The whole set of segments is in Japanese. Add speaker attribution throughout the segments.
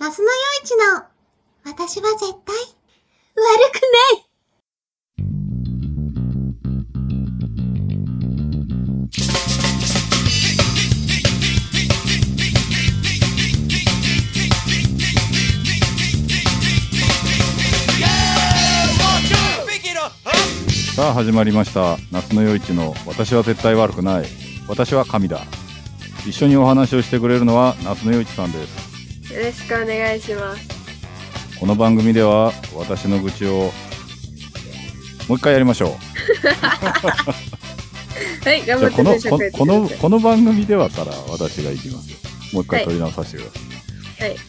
Speaker 1: ラスのよいちの、私は絶対、悪くない
Speaker 2: さあ始まりました夏の夜市の私は絶対悪くない私は神だ一緒にお話をしてくれるのは夏の夜市さんです
Speaker 3: よろしくお願いします。
Speaker 2: この番組では私の愚痴をもう一回やりましょ
Speaker 3: はい、
Speaker 2: う
Speaker 3: 頑
Speaker 2: じ
Speaker 3: 張
Speaker 2: ゃあ
Speaker 3: って
Speaker 2: このこ
Speaker 3: や
Speaker 2: この
Speaker 3: ってください
Speaker 2: この番組ではから私がいきますよもう一回取り直させてください、
Speaker 3: はいはい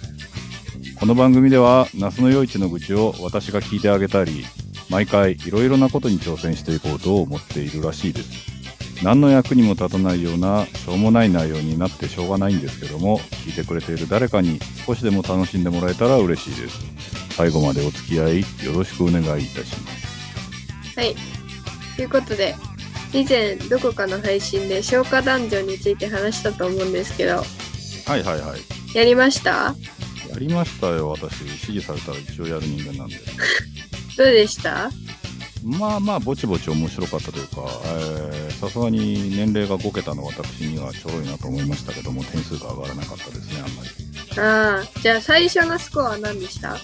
Speaker 2: この番組では夏の夜市の愚痴を私が聞いてあげたり毎回いろいろなことに挑戦していこうと思っているらしいです何の役にも立たないようなしょうもない内容になってしょうがないんですけども聞いてくれている誰かに少しでも楽しんでもらえたら嬉しいです最後までお付き合いよろしくお願いいたします
Speaker 3: はい。ということで、以前どこかの配信で消化男女について話したと思うんですけど、
Speaker 2: はいはいはい
Speaker 3: やりました
Speaker 2: やりましたよ私指示されたら一応やる人間なんで
Speaker 3: どうでした
Speaker 2: まあまあぼちぼち面白かったというかえーさすがに年齢が5桁の私にはちょろいなと思いましたけども点数が上がらなかったですねあんまり
Speaker 3: ああ、じゃあ最初のスコアは何でした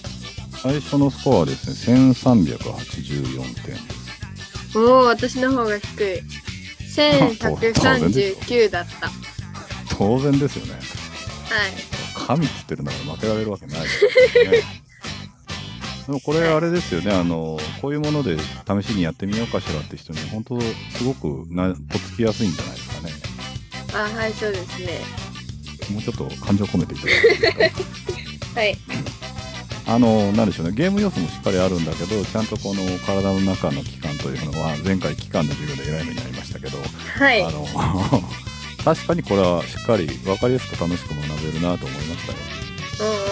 Speaker 2: 最初のスコアはですね1384点です
Speaker 3: おお、私の方が低い。1139だった。は
Speaker 2: 当然ですよね
Speaker 3: い。
Speaker 2: 神っつってるんだから負けられるわけないですよね でもこれあれですよねあのこういうもので試しにやってみようかしらって人に本当すごくなとっつきやすいんじゃないですかね
Speaker 3: あはい、そうですね。
Speaker 2: もうちょっと感情込めていただけますか
Speaker 3: はい。
Speaker 2: あの、なんでしょうね、ゲーム要素もしっかりあるんだけど、ちゃんとこの体の中の器官というのは、前回器官の授業で偉い目にありましたけど、
Speaker 3: はい
Speaker 2: あ。の、 確かにこれはしっかり分かりやすく楽しく学べるなと思いましたよ。
Speaker 3: うんうんうん。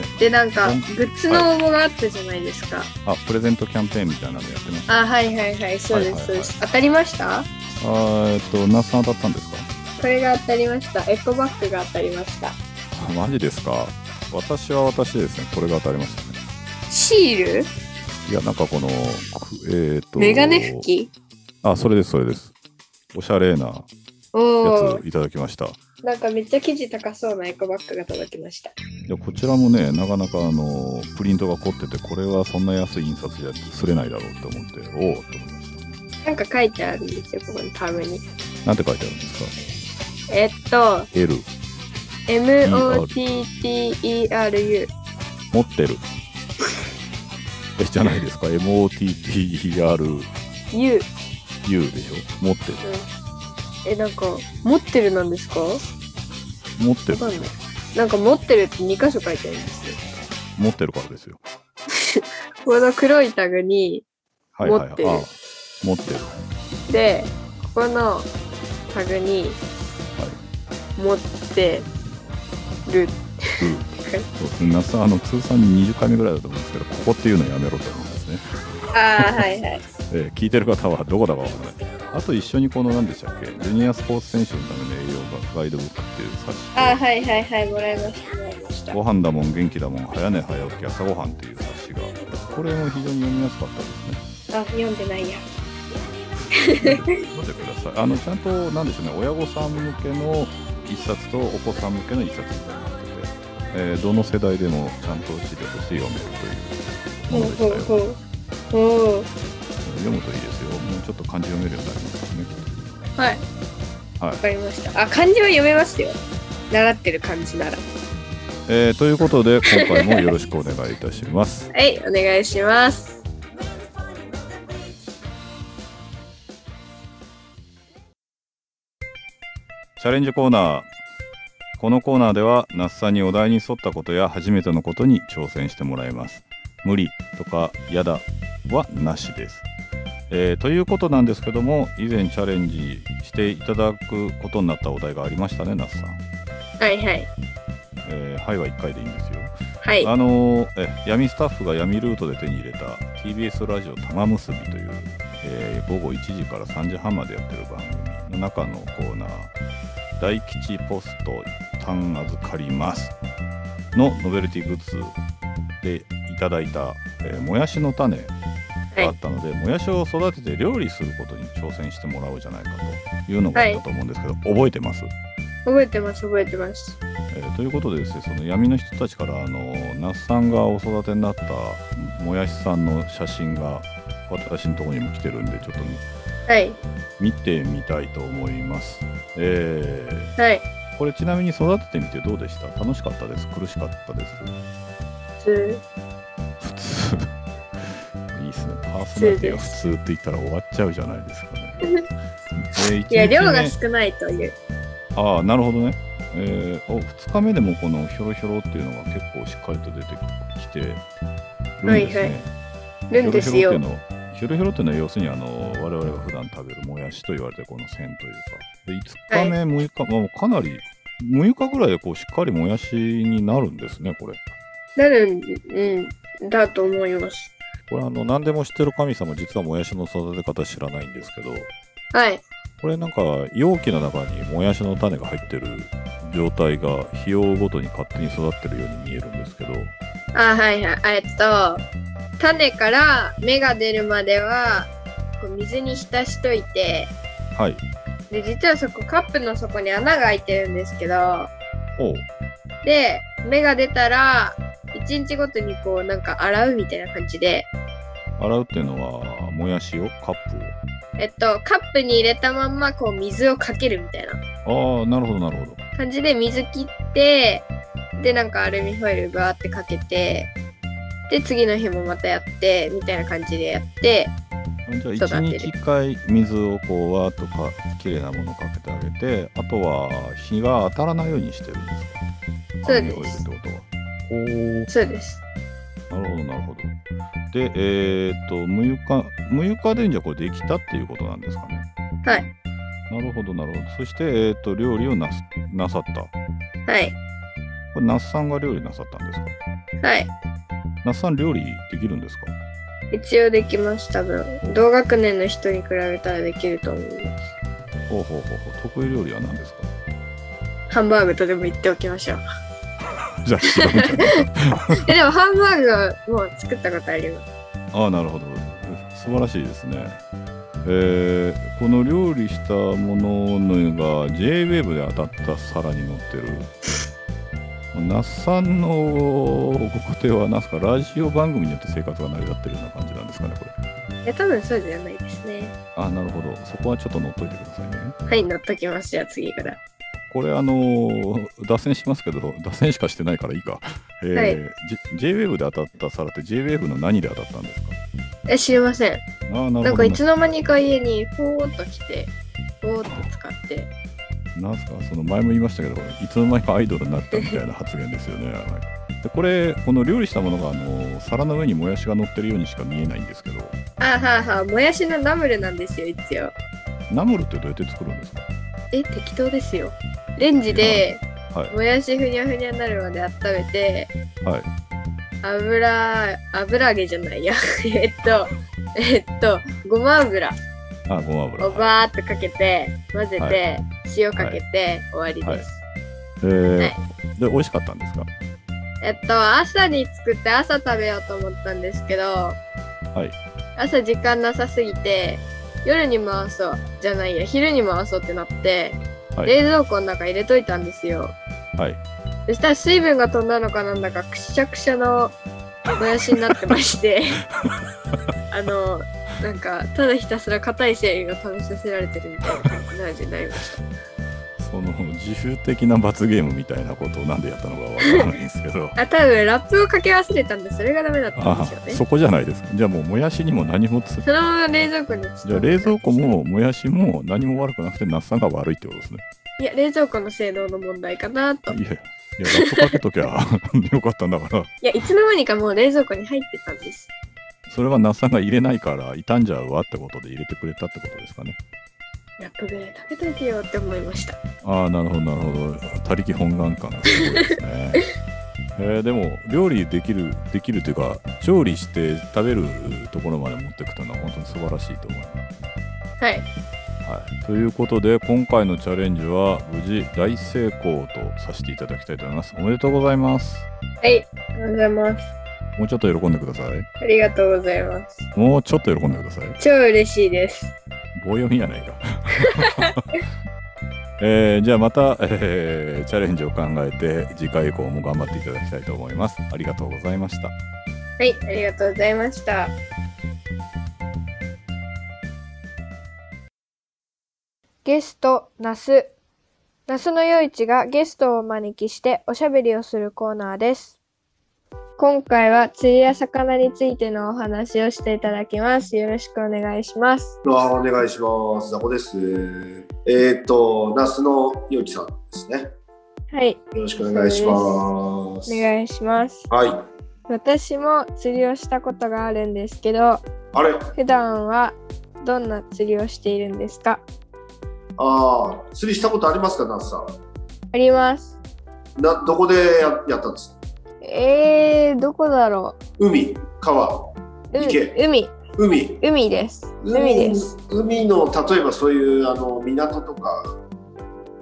Speaker 2: ね
Speaker 3: で、なんか、
Speaker 2: う
Speaker 3: グ
Speaker 2: ん
Speaker 3: ッズの応募があったじゃないですか。
Speaker 2: あ、プレゼントキャンペーンみたいなのやってました。
Speaker 3: あ、はいはいはい、そうで
Speaker 2: はいはいはい
Speaker 3: す、そうです。当たりました
Speaker 2: あーえっと、那須さん当たったんですか
Speaker 3: これが当たりました。エコバッグが当たりました。
Speaker 2: あマジですか私は私でですね、これが当たりましたね。
Speaker 3: シール
Speaker 2: いや、なんかこの、くえーっと、
Speaker 3: メガネ拭き
Speaker 2: あ、それです、それです。おしゃれな
Speaker 3: お
Speaker 2: や
Speaker 3: お
Speaker 2: ついただきました。
Speaker 3: なんかめっちゃ生地高そうなエコバッグが届きました。
Speaker 2: いやこちらもねなかなかあのプリントが凝っててこれはそんな安い印刷じゃすれないだろうって思っておおって思いまし
Speaker 3: なんか書いてあるんですよ、ここのタブに。
Speaker 2: たなんて書いてあるんですか
Speaker 3: えっと、
Speaker 2: L
Speaker 3: MOTTERU。
Speaker 2: 持ってるえじゃないですか MOTTERU
Speaker 3: U。
Speaker 2: でしょ持ってる
Speaker 3: え、なんか、持ってるなんですかわ
Speaker 2: 持ってる
Speaker 3: かん
Speaker 2: でし
Speaker 3: ない
Speaker 2: ょ。
Speaker 3: なんか持ってるって2箇所書いてあるんですよ。
Speaker 2: 持ってるからですよ
Speaker 3: この黒いタグに、
Speaker 2: はいはい
Speaker 3: 持
Speaker 2: は
Speaker 3: っ
Speaker 2: い
Speaker 3: てる
Speaker 2: あ持って る
Speaker 3: で、ここのタグに、持ってる。
Speaker 2: そうですね那須さんあの通算に20回目ぐらいだと思うんですけどここっていうのやめろと思うんですね
Speaker 3: ああ、はいはい。
Speaker 2: えー聞いてる方はどこだかわからない。あと一緒にこの何でしたっけ、ジュニアスポーツ選手のための栄養がガイドブックっていう冊子と
Speaker 3: あはいはいはい、もらいました、もらいました。
Speaker 2: ご飯だもん、元気だもん、早寝早起き、朝ごはんっていう冊子が、これも非常に読みやすかったですね。
Speaker 3: あ、読んでないや。
Speaker 2: 待ってください。 あのちゃんとなんでしょうね、親御さん向けの一冊とお子さん向けの一冊みたいになってて、えーどの世代でもちゃんと知ってほしい読めると
Speaker 3: ほ
Speaker 2: いう
Speaker 3: う
Speaker 2: もので
Speaker 3: ほう
Speaker 2: した
Speaker 3: ほ
Speaker 2: よ。
Speaker 3: う。おー
Speaker 2: 読むといいですよ。もうちょっと漢字読めるようになりますね。
Speaker 3: はい。
Speaker 2: はい
Speaker 3: わかりました。あ、漢字は読めますよ。習ってる漢字なら。
Speaker 2: えーということで、今回もよろしくお願いいたします。
Speaker 3: はい、お願いします。
Speaker 2: チャレンジコーナーこのコーナーでは那須さんにお題に沿ったことや初めてのことに挑戦してもらいます無理とかやだはなしです、えーということなんですけども以前チャレンジしていただくことになったお題がありましたね那須さん、
Speaker 3: はいはい。
Speaker 2: えーはいは1回でいいんですよ
Speaker 3: はい。
Speaker 2: あのーえ闇スタッフが闇ルートで手に入れた TBS ラジオ玉結びという、えー午後1時から3時半までやってる番組の中のコーナー「大吉ポスト単預かります」のノベルティグッズでいただいた、えーもやしの種があったので、もやしを育てて料理することに挑戦してもらおうじゃないかというのがあったと思うんですけど、覚えてます
Speaker 3: 覚えてます覚えてます
Speaker 2: えーということでですねその闇の人たちからあの那須さんがお育てになったもやしさんの写真が私のところにも来てるんでちょっと
Speaker 3: はい
Speaker 2: 見てみたいと思います、え
Speaker 3: はい
Speaker 2: ーこれちなみに育ててみてどうでした楽しかったです苦しかったです
Speaker 3: 普通
Speaker 2: 普通 いいですねパーソナリティが普通って言ったら終わっちゃうじゃないですか ねえー一
Speaker 3: いや
Speaker 2: 日目
Speaker 3: 量が少ないという
Speaker 2: ああなるほどね、えーお2日目でもこのひょろひょろっていうのが結構しっかりと出てきてるんですね、
Speaker 3: はいはいるんですよ
Speaker 2: ひょろひょろっていうのはひょろひょろっていうのは要するにあの我々が普段食べるもやしと言われてるこの線というかで5日目、6日まあもうかなり6日ぐらいでこうしっかりもやしになるんですねこれ
Speaker 3: なるん、うん、だと思います
Speaker 2: これあの何でも知ってる神様実はもやしの育て方知らないんですけど
Speaker 3: はい
Speaker 2: これなんか容器の中にもやしの種が入ってる状態が費用ごとに勝手に育ってるように見えるんですけど
Speaker 3: あはいはいえっと種から芽が出るまではこう水に浸しといて
Speaker 2: はい
Speaker 3: で実はそこカップの底に穴が開いてるんですけど
Speaker 2: おう
Speaker 3: で芽が出たら1日ごとにこうなんか洗うみたいな感じで
Speaker 2: 洗うっていうのはもやしをカップ
Speaker 3: えっとカップに入れたまんまこう水をかけるみたいな
Speaker 2: をああなるほどなるほど
Speaker 3: 感じで水切ってでなんかアルミホイルバーってかけてで次の日もまたやってみたいな感じでやって
Speaker 2: じゃあ
Speaker 3: 育
Speaker 2: 1
Speaker 3: てる
Speaker 2: 日1回水をこうわーっとかきれいなものをかけてあげてあとは日が当たらないようにしてるんですか
Speaker 3: そ
Speaker 2: ア
Speaker 3: うです
Speaker 2: ルミホイルってことはおー
Speaker 3: そうです
Speaker 2: なるほどなるほどでえー、っと6日6日でじゃあこれできたっていうことなんですかね
Speaker 3: はい
Speaker 2: なるほどなるほどそしてえー、っと料理をなすなさったこ
Speaker 3: はい
Speaker 2: れ那須さんが料理なさったんですか
Speaker 3: はい
Speaker 2: 那須さん料理できるんですか
Speaker 3: 一応できます多分同学年の人に比べたらできると思います
Speaker 2: ほうほうほうほう得意料理は何ですか
Speaker 3: ハンバーグとでも言っておきましょう
Speaker 2: じゃあ違うんじゃない
Speaker 3: えでもハンバーグはもう作ったことあります
Speaker 2: ああなるほど素晴らしいですねえーこの料理したもののが JWAVE で当たった皿に乗ってる那須さんのご家庭は何すかラジオ番組によって生活が成り立ってるような感じなんですかねこれ
Speaker 3: いや多分そうじゃないですね
Speaker 2: あなるほどそこはちょっと乗っといてくださいね
Speaker 3: はい乗っときますじゃあ次から
Speaker 2: これあのー脱線しますけど脱線しかしてないからいいか、えー
Speaker 3: はい
Speaker 2: J- JWAVE で当たった皿って JWAVE の何で当たったんですか
Speaker 3: え知りません
Speaker 2: あーなるほど
Speaker 3: なんかいつの間にか家にポーっと来てポーっと使って
Speaker 2: なんすかその前も言いましたけどいつの間にかアイドルになったみたいな発言ですよね。はいでこれこの料理したものがあの皿の上にもやしが乗ってるようにしか見えないんですけど
Speaker 3: あはあはあもやしのナムルなんですよ一応
Speaker 2: ナムルってどうやって作るんですか
Speaker 3: え適当ですよレンジで
Speaker 2: はい
Speaker 3: もやしふにゃふにゃになるまで温めて
Speaker 2: はい
Speaker 3: 油油揚げじゃないや えっとえっとごま油
Speaker 2: あごま油
Speaker 3: を
Speaker 2: はい
Speaker 3: バーっとかけて混ぜて、
Speaker 2: は
Speaker 3: 塩かけて、終わりです、
Speaker 2: えーで美味しかったんですか
Speaker 3: えっと朝に作って朝食べようと思ったんですけど、
Speaker 2: い
Speaker 3: 朝時間なさすぎて夜に回そうじゃないや昼に回そうってなって、
Speaker 2: はい
Speaker 3: 冷蔵庫の中入れといたんですよ
Speaker 2: はい
Speaker 3: そしたら水分が飛んだのかなんだかくしゃくしゃのもやしになってまして あのなんかただひたすら硬い繊維を食べさせられてるみたいな感じの味になりました
Speaker 2: その自主的な罰ゲームみたいなことをなんでやったのかわからないん ですけど
Speaker 3: あ多分ラップをかけ忘れたんでそれがダメだったんで
Speaker 2: あ
Speaker 3: すよね
Speaker 2: そこじゃないですかじゃあもうもやしにも何もつ
Speaker 3: そのまま冷蔵庫に
Speaker 2: じゃあ冷蔵庫ももやしも何も悪くなくて那須さんが悪いってことですね
Speaker 3: いや冷蔵庫の性能の問題かなと
Speaker 2: いやいやいやラップかけときゃ よかったんだから
Speaker 3: いやいつの間にかもう冷蔵庫に入ってたんです
Speaker 2: それは那須さんが入れないから傷んじゃうわってことで入れてくれたってことですかね。
Speaker 3: ラップぐらいかけといてよって思いました
Speaker 2: ああ、なるほど、なるほど。他力本願感がすごいですね。 えーでも料理できるできるというか調理して食べるところまで持っていくというのは本当に素晴らしいと思います。
Speaker 3: はい
Speaker 2: はい、ということで今回のチャレンジは無事大成功とさせていただきたいと思いますおめでとうございます
Speaker 3: はい、ありがとうございます。
Speaker 2: もうちょっと喜んでください
Speaker 3: ありがとうございます。
Speaker 2: もうちょっと喜んでください
Speaker 3: 超嬉しいです。
Speaker 2: 棒読みやないか、 えーじゃあまた、えーチャレンジを考えて次回以降も頑張っていただきたいと思いますありがとうございました
Speaker 3: はい、ありがとうございました。ゲスト、那須。那須のよいちがゲストをお招きしておしゃべりをするコーナーです。今回は釣りや魚についてのお話をしていただきます。よろしくお願いします。
Speaker 4: あお願いします。ザコです。えーっ、と、那須のゆうきさんですね。
Speaker 3: はい、
Speaker 4: よろしくお願いします。
Speaker 3: お願いします。
Speaker 4: はい。
Speaker 3: 私も釣りをしたことがあるんですけど、
Speaker 4: あれ、
Speaker 3: 普段はどんな釣りをしているんですか
Speaker 4: ああ、釣りしたことありますか、那須さん。
Speaker 3: あります。
Speaker 4: な、どこでややったんですか。
Speaker 3: えー、どこだろ
Speaker 4: 海、川、
Speaker 3: う海
Speaker 4: 池
Speaker 3: 海
Speaker 4: 海。
Speaker 3: 海です。海です。。
Speaker 4: 海の、例えば、そういう、あの、港とか。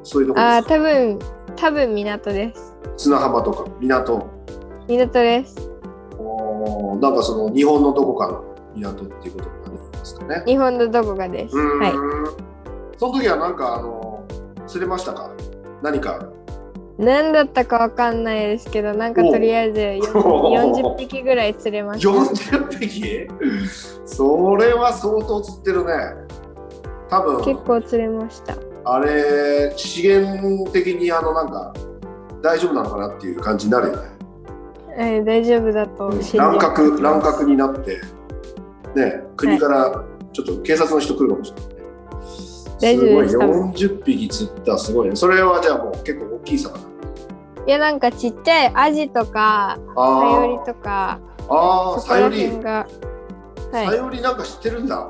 Speaker 4: そういうとこ
Speaker 3: あー、
Speaker 4: ですか。
Speaker 3: 多分、多分港です。
Speaker 4: 砂浜とか、港。
Speaker 3: 港です。
Speaker 4: おーなんか、その、日本のどこかの港っていうことになりますかね。
Speaker 3: 日本のどこかです。はい。
Speaker 4: はい。その時はなんかあの釣れましたか？何か。
Speaker 3: 何だったかわかんないですけど、なんかとりあえず40
Speaker 4: 40
Speaker 3: 匹ぐらい釣れました。
Speaker 4: 40匹？それは相当釣ってるね。多
Speaker 3: 結
Speaker 4: 分
Speaker 3: 構釣れました。
Speaker 4: あれ資源的にあのなんか大丈夫なのかなっていう感じになるよね。
Speaker 3: えー、大丈夫だと信じて
Speaker 4: 乱獲乱獲になってね国からちょっと警察の人来るかもしれないね。
Speaker 3: 大丈夫です
Speaker 4: す
Speaker 3: 多
Speaker 4: ごい40匹釣ったすごいね。それはじゃあもう結構大きい魚。
Speaker 3: いや、なんかちっちゃいアジとか、サ
Speaker 4: あ
Speaker 3: ヨリ
Speaker 4: ー
Speaker 3: とか、
Speaker 4: あ
Speaker 3: そこ
Speaker 4: ーサ
Speaker 3: ら
Speaker 4: ヨリ
Speaker 3: 辺。が、
Speaker 4: サ
Speaker 3: は
Speaker 4: ヨリなんか知ってるんだ。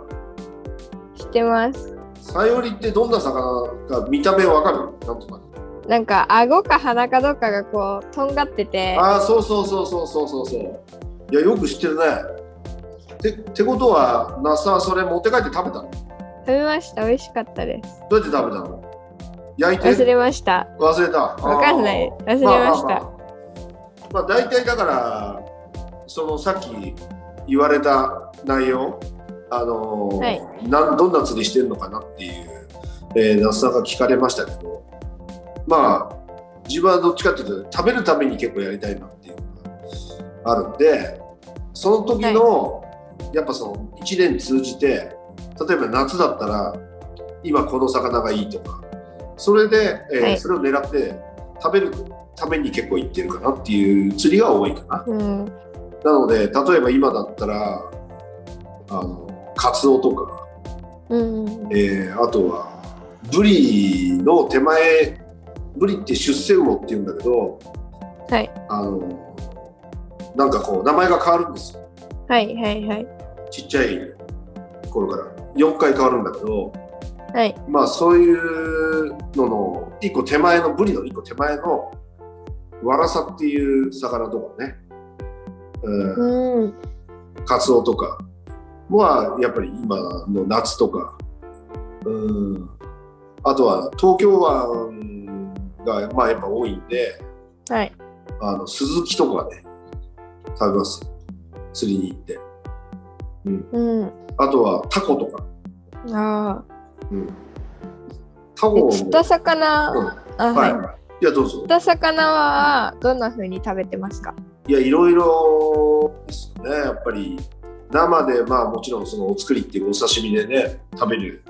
Speaker 3: い、してます。
Speaker 4: サヨリってどんな魚か見た目わかるなんとか。
Speaker 3: なんか、顎か鼻かどっかがこう、とんがってて、
Speaker 4: ああ、そうそうそうそうそうそうそう。いや、よく知ってるね。てってことは、那須はそれ持って帰って食べたの
Speaker 3: 食べました。美味しかったです。
Speaker 4: どうやって食べたの焼いて
Speaker 3: 忘れました。
Speaker 4: 忘れた。
Speaker 3: わかんない。忘れ
Speaker 4: あー
Speaker 3: まし
Speaker 4: ま
Speaker 3: た。
Speaker 4: あまあまあ大体だから、そのさっき言われた内容、あのー
Speaker 3: はい
Speaker 4: なんどんな釣りしてるのかなっていう、えー、那須さんが聞かれましたけど、まあ、自分はどっちかっていうと、食べるために結構やりたいなっていうのがあるんで、その時の、やっぱその1年通じて、例えば夏だったら、今この魚がいいとか、それで、えー
Speaker 3: はい
Speaker 4: それを狙って食べるために結構行ってるかなっていう釣りが多いかな。
Speaker 3: うん。
Speaker 4: なので例えば今だったらあのカツオとか、
Speaker 3: うん。
Speaker 4: えーあとはブリの手前ブリって出世魚っていうんだけど
Speaker 3: はい。
Speaker 4: あのなんかこう名前が変わるんですよ
Speaker 3: はいはいはい。
Speaker 4: ちっちゃい頃から4回変わるんだけど
Speaker 3: はい。
Speaker 4: まあそういうのの1個手前のブリの1個手前のワラサっていう魚とかね、うん、
Speaker 3: うん。
Speaker 4: カツオとかはやっぱり今の夏とかうんあとは東京湾がまあやっぱ多いんで
Speaker 3: はい。
Speaker 4: あの鈴木とかね食べます釣りに行って
Speaker 3: うん。
Speaker 4: あとはタコとか、
Speaker 3: ああ。
Speaker 4: うん、タコ
Speaker 3: え
Speaker 4: も
Speaker 3: 釣った魚、
Speaker 4: うん
Speaker 3: あ、は。
Speaker 4: はいい
Speaker 3: 釣っ
Speaker 4: いやどうぞ
Speaker 3: た魚はどんな風に食べてますか
Speaker 4: いやいろいろですよねやっぱり生でまあもちろんそのお作りっていうお刺身でね食べる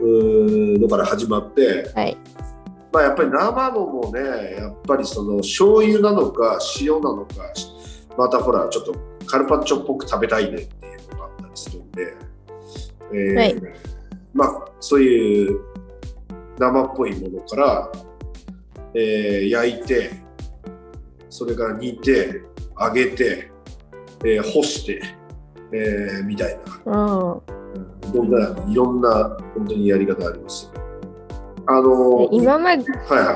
Speaker 4: うんのから始まって
Speaker 3: はい。
Speaker 4: まあ、やっぱり生のもねやっぱりその醤油なのか塩なのかまたほらちょっとカルパッチョっぽく食べたいねっていうのがあったりするんで、えー
Speaker 3: はい
Speaker 4: まあそういう生っぽいものから、えー焼いてそれから煮て揚げて、えー干して、えーみたいな
Speaker 3: うん。
Speaker 4: うんいろんないろんな本当にやり方ありますよ。あの
Speaker 3: 今まで、
Speaker 4: はいは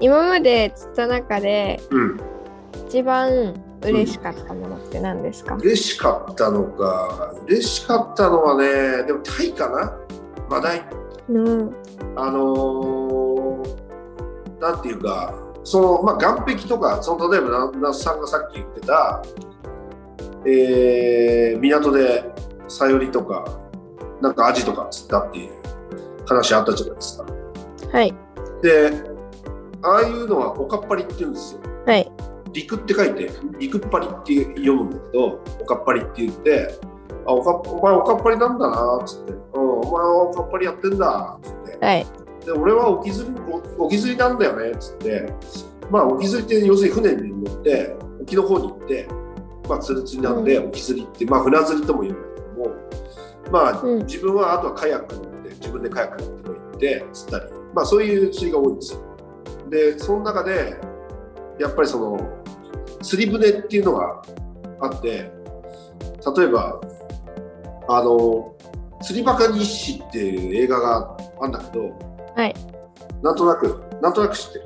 Speaker 4: い
Speaker 3: 今まで釣った中で
Speaker 4: うん、
Speaker 3: 一番嬉しかったものって何ですか、
Speaker 4: 嬉しかったのか嬉しかったのはねでもタイかなマダイ
Speaker 3: ううん。
Speaker 4: あのーなんていうか、そのまあ、岸壁とか、その例えばな那須さんがさっき言ってた、えー港でさよりとか、なんかアジとか釣ったっていう話あったじゃないですか。
Speaker 3: はい。
Speaker 4: で、ああいうのはおかっぱりって言うんですよ。
Speaker 3: はい。
Speaker 4: 陸って書いて陸っぱりって読むんだけどおかっぱりって言ってあおかっお前おかっぱりなんだなっつって、うん、お前はおかっぱりやってんだっつって
Speaker 3: はい。
Speaker 4: で俺は沖釣りお沖釣りなんだよねっつってまあ沖釣りって要するに船に乗って沖の方に行ってまあ釣り釣りなんで沖釣りって、まあ船釣りとも言うんだけどもまあ、
Speaker 3: うん
Speaker 4: 自分はあとはカヤック乗って自分でカヤック乗って行って釣ったりまあそういう釣りが多いんですよでその中でやっぱりその釣り船っていうのがあって例えばあの「釣りバカ日誌」っていう映画があるんだけど、
Speaker 3: はい
Speaker 4: なんとなくなんとなく知ってる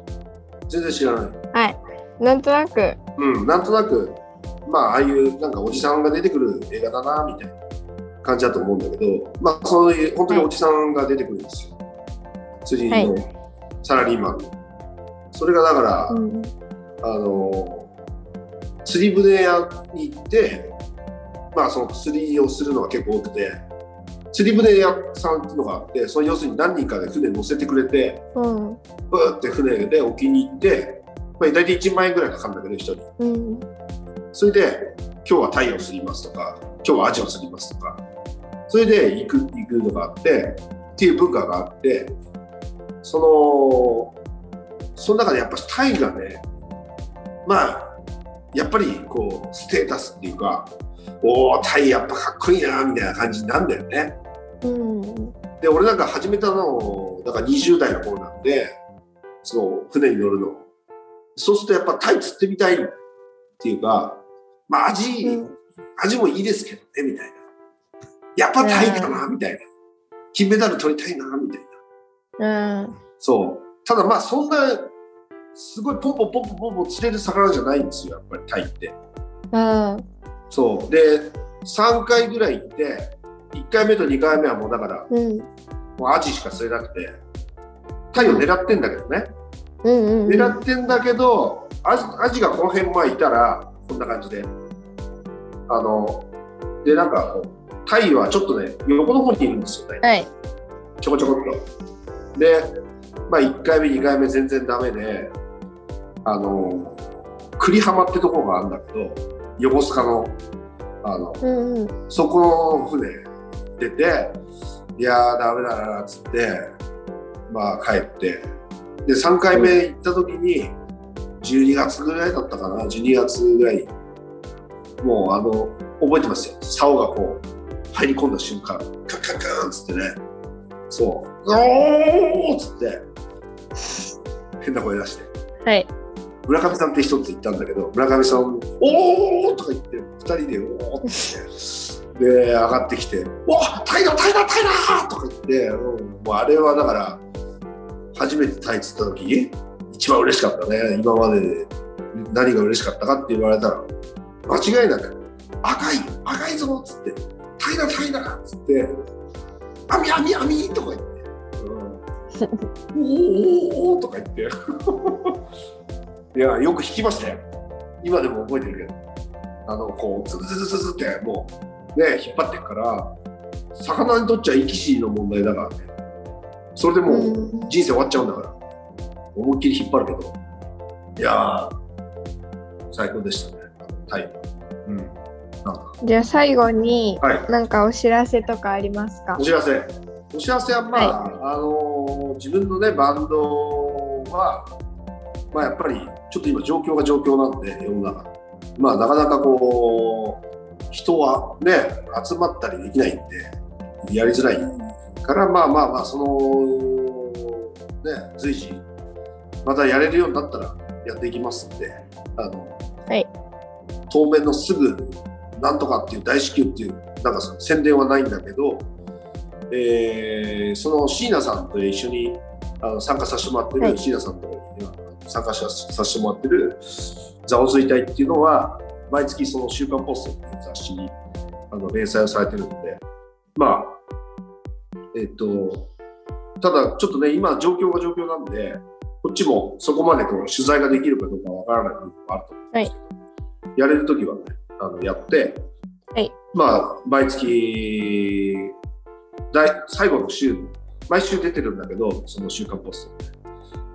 Speaker 4: 全然知らない
Speaker 3: なんとなく。
Speaker 4: うんなんとなくまあああいうなんかおじさんが出てくる映画だなみたいな感じだと思うんだけどまあそういう本当におじさんが出てくるんですよ、釣りのサラリーマンの、それがだから、
Speaker 3: うん。
Speaker 4: あの釣り船屋に行って、まあ、その釣りをするのが結構多くて釣り船屋さんっていうのがあってその要するに何人かで船乗せてくれて
Speaker 3: うん。
Speaker 4: ブーって船で沖に行って、まあ、大体1万円ぐらいかかるんだけど一人
Speaker 3: うん。
Speaker 4: それで今日はタイを釣りますとか今日はアジを釣りますとかそれで行く行くのがあってっていう文化があってそのその中でやっぱタイがねまあやっぱりこうステータスっていうかおおタイやっぱかっこいいなみたいな感じになんだよね。
Speaker 3: うん。
Speaker 4: で俺なんか始めたのだから20代の頃なんでその船に乗るのそうするとやっぱタイ釣ってみたいっていうかまあ味、
Speaker 3: うん
Speaker 4: 味もいいですけどねみたいなやっぱタイかなみたいな金メダル取りたいなみたいな
Speaker 3: うん。
Speaker 4: そうただまあそんなすごいポンポンポンポンポンポン釣れる魚じゃないんですよやっぱりタイって
Speaker 3: うん。
Speaker 4: そうで3回ぐらい行って1回目と2回目はもうだから
Speaker 3: うん。
Speaker 4: もうアジしか釣れなくて、タイを狙ってんだけどね、
Speaker 3: うん。
Speaker 4: 狙ってんだけど、アジアジがこの辺前いたら、こんな感じで、あの、で、なんかこう、タイはちょっとね、横の方にいるんですよね、
Speaker 3: はい。
Speaker 4: ちょこちょこっと。で、まあ、1回目、2回目、全然ダメで、あの、栗浜ってところがあるんだけど、横須賀の、あの、
Speaker 3: うん。うん。
Speaker 4: そこの船出て、いやー、ダメだな、つって、まあ帰って、で、3回目行った時に、12月ぐらいだったかな、12月ぐらい、もうあの、覚えてますよ、竿がこう、入り込んだ瞬間、カッカッカーンつってね、そう、おーっつって、変な声出して。
Speaker 3: はい。
Speaker 4: 村上さんって人って言ったんだけど村上さん「おお!」とか言って2人で「おお!」って言ってで上がってきて「おタイだタイだタイだ!」とか言って、うんもうあれはだから初めてタイ釣った時一番嬉しかったね今までで何が嬉しかったかって言われたら間違いなく「赤い赤いぞ!」っつって「タイだタイだ!」っつって「網網網!」とか言って。うんおーおーおーとか言って いや、よく弾きましたよ。今でも覚えてるけど。あの、こう、ズズズズズって、もう、ね、引っ張ってっから、魚にとっちゃ生き死にの問題だからね。それでもう、
Speaker 3: うん。
Speaker 4: 人生終わっちゃうんだから、思いっきり引っ張るけど、いやー、最高でしたね、タイ。うん。なんか、
Speaker 3: じゃあ最後に、
Speaker 4: はい。
Speaker 3: なんかお知らせとかありますか
Speaker 4: お知らせ。お知らせはまあ、あのー自分のねバンドはまあやっぱりちょっと今状況が状況なんで世の中まあなかなかこう人はね集まったりできないんでやりづらいからまあまあまあそのね随時またやれるようになったらやっていきますんであの、
Speaker 3: はい
Speaker 4: 当面のすぐなんとかっていう大至急っていうなんかその宣伝はないんだけど、えーその椎名さんと一緒にあの参加させてもらってる、
Speaker 3: はい
Speaker 4: 椎名さんと参加ささせてもらってる「ザオズイ隊」っていうのは毎月その「週刊ポスト」っていう雑誌にあの連載をされてるのでまあえっ、とただ、ちょっとね、今、状況が状況なんで、こっちもそこまでこう取材ができるかどうかわからない部分もあると思うんですけど、やれるときはね、あのやって、
Speaker 3: はい
Speaker 4: まあ、毎月第、最後の週、毎週出てるんだけど、その週刊ポストって。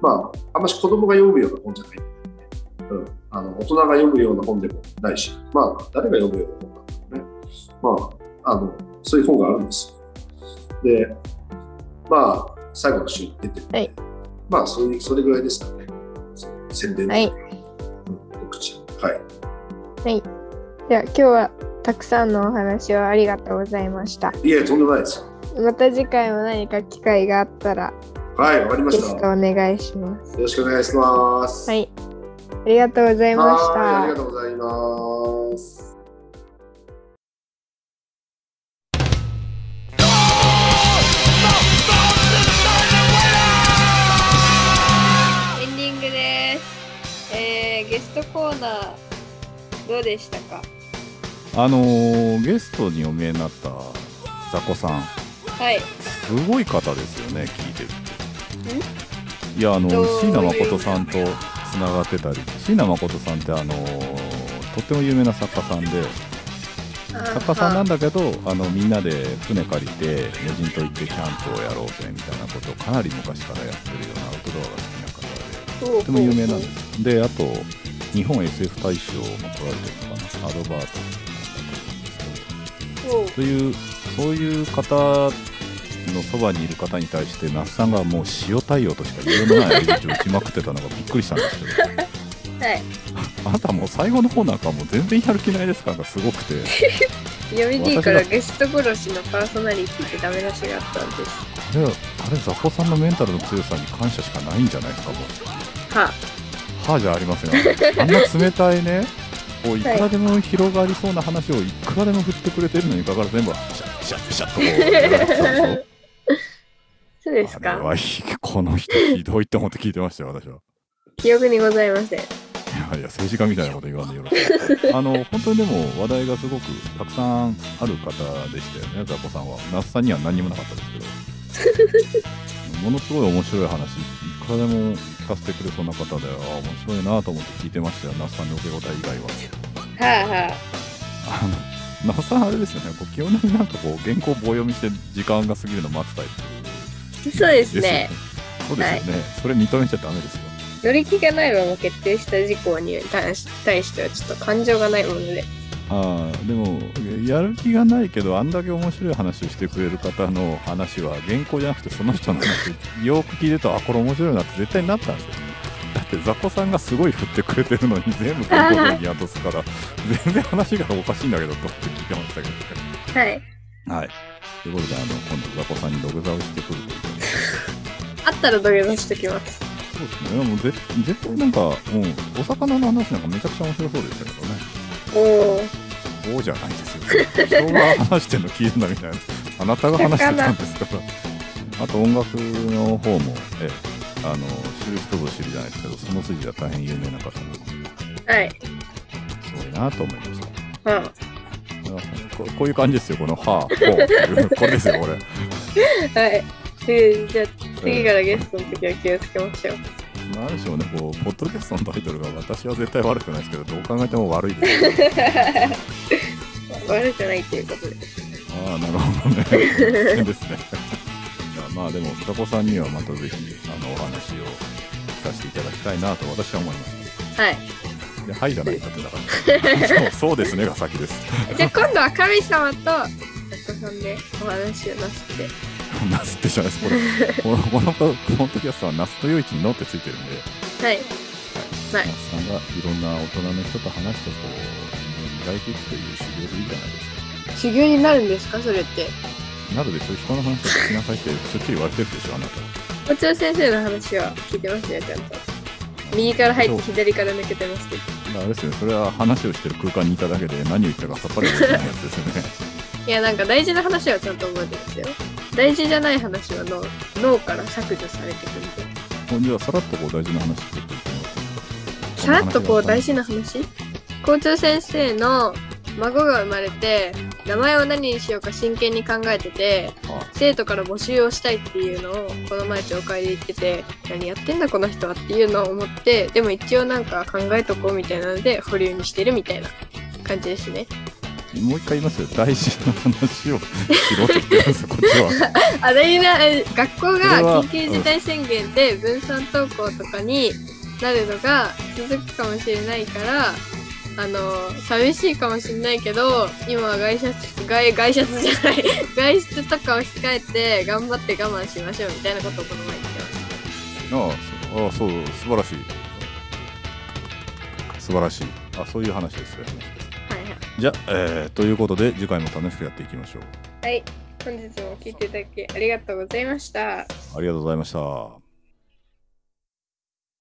Speaker 4: まあ、あんまし子供が読むような本じゃないんで、うん、あの大人が読むような本でもないし、まあ、誰が読むような本なんだろうね。まあ、あの、そういう本があるんですよ。で、まあ、最後の週に出てるんで、
Speaker 3: はい
Speaker 4: まあ、それそれぐらいですかね。そう宣伝、
Speaker 3: はい、
Speaker 4: うん、告知。はい。
Speaker 3: では今日はたくさんのお話をありがとうございました。
Speaker 4: いえ、とんでもないです。
Speaker 3: また次回も何か機会があったら
Speaker 4: はい、わかりま
Speaker 3: ゲ
Speaker 4: し
Speaker 3: ス
Speaker 4: た。
Speaker 3: ト
Speaker 4: よ
Speaker 3: お願いします。
Speaker 4: ろしくお願いします。
Speaker 3: はい、ありがとうございました。
Speaker 4: はいありがとうございます。
Speaker 3: エンディングです。えー、ゲストコーナー、どうでしたか
Speaker 2: あのーゲストにお見えになった雑魚さん
Speaker 3: はい。
Speaker 2: すごい方ですよね聞いてるといやあの
Speaker 3: どういう
Speaker 2: 椎名誠さんとつながってたり椎名誠さんってあのーとっても有名な作家さんで作家さんなんだけどあのみんなで船借りて無人島行ってキャンプをやろうぜみたいなことをかなり昔からやってるようなアウトドアが好きな方で
Speaker 3: と
Speaker 2: とても有名なんですよであと日本 SF 大賞も取られてるのかなアドバートというそういう方のそばにいる方に対して那須さんがもう塩対応としか言えない相槌を打ちまくってたのがびっくりしたんですけど
Speaker 3: はい。
Speaker 2: あなたもう最後の方なんかもう全然やる気ないですからがすごくて
Speaker 3: 読み T からゲスト殺しのパーソナリティってダメ出しがあったんです。
Speaker 2: あれあれザコさんのメンタルの強さに感謝しかないんじゃないですかもう
Speaker 3: は
Speaker 2: 歯じゃありません あんな冷たいねこういくらでも広がりそうな話をいくらでも振ってくれてるのにかかわらず全部ピシャッピシャッピシャッとこうやられてた でしょ
Speaker 3: そうです
Speaker 2: あれ
Speaker 3: か
Speaker 2: はひこの人ひどいと思って聞いてましたよ私は
Speaker 3: 記憶にございません。
Speaker 2: いやいや政治家みたいなこと言わんでよろし いあの本当にでも話題がすごくたくさんある方でしたよねザコさんは那須さんには何にもなかったですけど ものすごい面白い話いくらでも聞かせてくれそうな方でああ面白いなと思って聞いてましたよ那須さんの受け答え以外は
Speaker 3: はあは
Speaker 2: あの那須さんあれですよねこう基本的になんかこう原稿棒読みして時間が過ぎるの待つタイ
Speaker 3: あ。そうで
Speaker 2: プ
Speaker 3: すね。
Speaker 2: そうですよね、それ認めちゃダメですよ
Speaker 3: 乗り気がないまま決定した事項に対し対してはちょっと感情がないもので。
Speaker 2: ああでもやる気がないけどあんだけ面白い話をしてくれる方の話は原稿じゃなくてその人の話よく聞いてるとあこれ面白いなって絶対になったんですよだって雑魚さんがすごい振ってくれてるのに全部原稿に宿すから 全然話がおかしいんだけどと思って聞いてましたけ
Speaker 3: はい。
Speaker 2: どはいということであの今度雑魚さんに土下座をしてくるということで
Speaker 3: あったら土下座してきます。
Speaker 2: そうですねもうぜ絶対なんかもうお魚の話なんかめちゃくちゃ面白そうでしたけどね
Speaker 3: おお。
Speaker 2: そうじゃないですよ。人が話してるの聞いてんだみたいな。あなたが話してたんですから。あと音楽の方も、ええ、あの知る人ぞ知るじゃないですけど、その筋は大変有名な方なんです
Speaker 3: はい。
Speaker 2: ごいなと思いました。
Speaker 3: うん。
Speaker 2: ここういう感じですよ、この歯、こうっていう、これですよ、これ。
Speaker 3: はい。えーじゃあ次からゲストの時は気をつけましょう。
Speaker 2: なんでしょうね、こう、ポッドキャストのタイトルが私は絶対悪くないですけど、どう考えても 悪いですよ。
Speaker 3: 悪くないということ で。
Speaker 2: ああ、なるほどね。大変ですね。いやまあでも、タコさんにはまたぜひ、あの、お話を聞かせていただきたいなと私は思いまし
Speaker 3: はい。
Speaker 2: た。で、はいじゃないんだってだから。そうそうですねが先です。
Speaker 3: じゃあ今度は神様と作家さんでお話をなすって。
Speaker 2: ナスってじゃないです。これ、この、この、この時はさ、ナスとヨイチにのってついてるんで、
Speaker 3: はい。は
Speaker 2: ナ
Speaker 3: い
Speaker 2: スさんがいろんな大人の人と話して、こう、磨いていくという修行でいいじゃないですか。
Speaker 3: 修行になるんですかそれって。
Speaker 2: なるでしょ、人の話を聞きなさいって、そっち言われてるでしょ、あなた。
Speaker 3: 校長先生の話は聞いてますよ、ちゃんと。右から入って左から抜けてますけど。
Speaker 2: まああれですよね、それは話をしてる空間にいただけで何を言ったかさっぱり覚えてないやつですよね。
Speaker 3: いや、なんか大事な話はちゃんと覚えてますよ。大事じゃない話は脳脳から削除されてくるんで。
Speaker 2: ほんじゃあさらっとこう大事な話ちょっと言ってもらっていいです
Speaker 3: さ
Speaker 2: から
Speaker 3: っとこう大事な話校長先生の孫が生まれて名前を何にしようか真剣に考えてて
Speaker 2: あ
Speaker 3: 生徒から募集をしたいっていうのをこの前紹介で言ってて何やってんだこの人はっていうのを思ってでも一応なんか考えとこうみたいなので保留にしてるみたいな感じですね
Speaker 2: もう一回言いますよ大事な話をしろって言ってますよこっちは
Speaker 3: あれなえ学校
Speaker 2: それは
Speaker 3: が緊急事態宣言で分散登校とかになるのが続くかもしれないからあの寂しいかもしれないけど今は外出外外出じゃない 外出とかを控えて頑張って我慢しましょうみたいなことをこの前言ってまし
Speaker 2: ああそうああそう素晴らしい素晴らしいあそういう話ですそういう話です
Speaker 3: た。はいはい
Speaker 2: じゃあ、えーということで次回も楽しくやっていきましょう
Speaker 3: はい、本日も聞いていただきありがとうございました。
Speaker 2: ありがとうございました